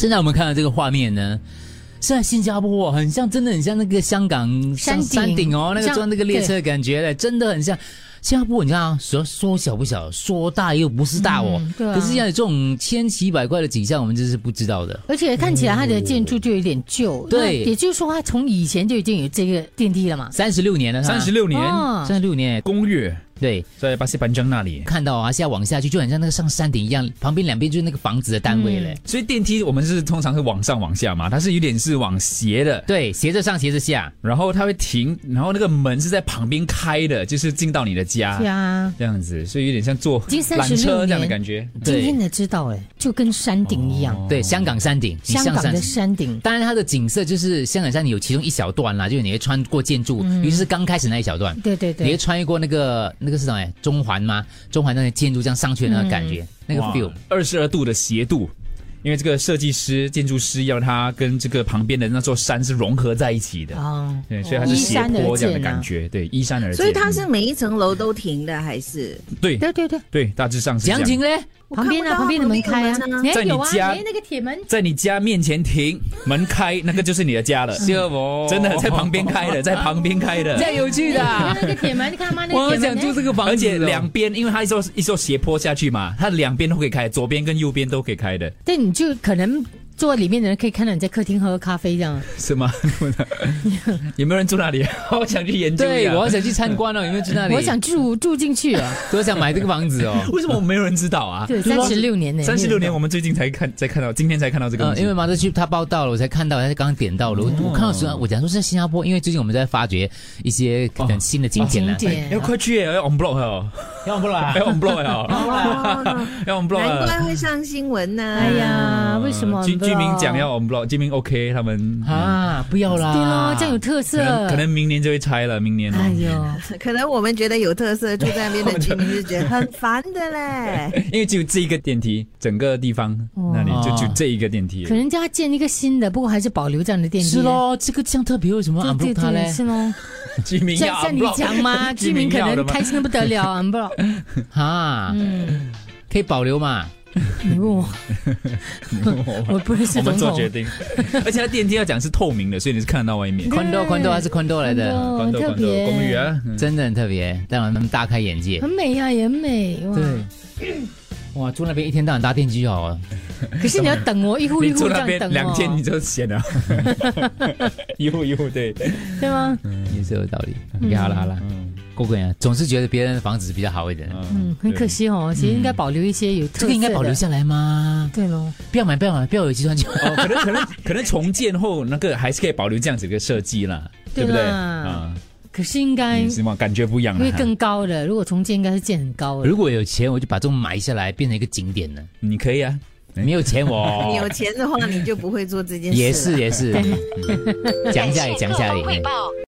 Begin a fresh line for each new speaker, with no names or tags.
现在我们看到这个画面呢，是在新加坡、哦，很像，真的很像那个香港
山顶
山顶哦，那个
像
坐那个列车的感觉嘞，真的很像。新加坡，你看啊，说说小不小，说大又不是大哦。
嗯对啊
可是像有这种千奇百怪的景象，我们真是不知道的。
而且看起来它的建筑就有点旧，
对
那也就是说它从以前就已经有这个电梯了嘛。
三十六年了，
三十六年
哦
三十六年，
攻略
对，
在巴西班江那里，
看到啊，现在往下去就很像那个上山顶一样，旁边两边就是那个房子的单位嘞。
嗯
所以电梯我们是通常是往上往下嘛，它是有点是往斜的，
对，斜着上，斜着下。
然后它会停，然后那个门是在旁边开的，就是进到你的家。
对啊，
这样子，所以有点像坐
经
缆
36
车这样的
年
感觉。哦
今
对
天才知道哎，就跟山顶一样，
对，香港山顶，你
哦香
上
港
山
的山顶。
当然，它的景色就是香港山有其中一小段啦，就是你会穿过建筑，尤其是刚开始那一小段，
对对
你会
对，
穿越过那个那个是什么？哎中环吗？中环那些建筑这样上去的那个感觉，那个 feel。
二十二度的斜度，因为这个设计师、建筑师要它跟这个旁边的那座山是融合在一起的，
哦，
对，所以它是
依
斜
山而
坡这样的
建啊
感觉，对，依山而建。
哦所以它是每一层楼都停的，还是
对
对对对，
对，大致上是这
详
样。
情嘞，
我
旁边
看
啊，
不到
旁边的门开啊
旁边有，
哎
在你
有啊，
家
哎那个铁门，
在你家面前停，门开，那个就是你的家了。
谢我
真的 在旁边开
哦
的，在旁边开的，
太有趣的啊
哎那！个铁门，你看吗？那
我
个
好
铁
想
门哎
住这个房子哦，
而且两边，因为它一座一座斜坡下去嘛，它两边都可以开，左边跟右边都可以开的，
对，你就可能坐里面的人可以看到你在客厅喝咖啡这样。
是吗？ 有没有人住那里？ 我想去研究一
对，
下。
我好想去参观哦，有没有去那里？
我想住住进去啊，
多想买这个房子哦。
为什么我们没有人知道啊？
对，三十六年呢，
三十六年，
没有人
我们最近才看，才看到，今天才看到这个东
呃，
西。
因为 Mother Chip 他报道了，我才看到，他刚刚点到了。我我看到时候，我讲说是新加坡，因为最近我们在发掘一些可能哦新的景点呢
懂。景
要
点。
快去耶，要 on block 哦，
要啊不啦
要 on block 哦，
哦，
要 on block
难
哦。
怪会上新闻呢。
啊哎呀，为什么
呃居居民
不
讲
知道
要 on block，居民 OK，他们
啊，不要啦。
对咯，这样有特色
可，能可能明年就会拆了，明年哦。
哎呦，
可能我们觉得有特色，住在那边的居民就觉得很烦的 嘞。
因为只有这一个电梯，整个地方
哦
那里就只有这一个电梯
可。能叫他建一个新的，不过还是保留这样的电梯。
是，咯，这个这样特别为什么
对
安不
对
他嘞
对，？是咯。
居民
像像你 讲嘛，居民可能开心的不得了啊，不，
哈，
嗯，
可以保留嘛？
你问我，
我
我不认识
我
总
们做
统。
决 定，而且它电梯要讲是透明的，所以你是看得到外面。
对
condo condo 它是 condo 来的，
哦特
关
别
公寓，啊，嗯
真的很特别，让我们大开眼界
很。美啊，也很美哇。
对，哇，住那边一天到晚搭电梯哦，
可是你要等我一户一
你
户
住那
这样
边
等
两
哦，
天你就闲了， 一户一户对。
对吗？
也是有道理。OK，好了好了，
嗯
过过呀，总是觉得别人的房子比较好一点，
嗯，很可
对
惜哦，其实应该保留一些有特色
这个应该保留
的。
下来吗？
对喽，
不要买不要买，不要有计算机。
哦， 可能可能可能重建后那个还是可以保留这样子一个设计啦，
对
不对？
啦
啊，
可是应该
你是吗？感觉不一样了
会。更高的，如果重建应该是建很高的。
如果有钱，我就把这种买下来，变成一个景点了。
你可以啊，
没有钱
哦
你有
我
钱的话，你就不会做这件事。
也是。也是，嗯讲一下也讲一下而已。嗯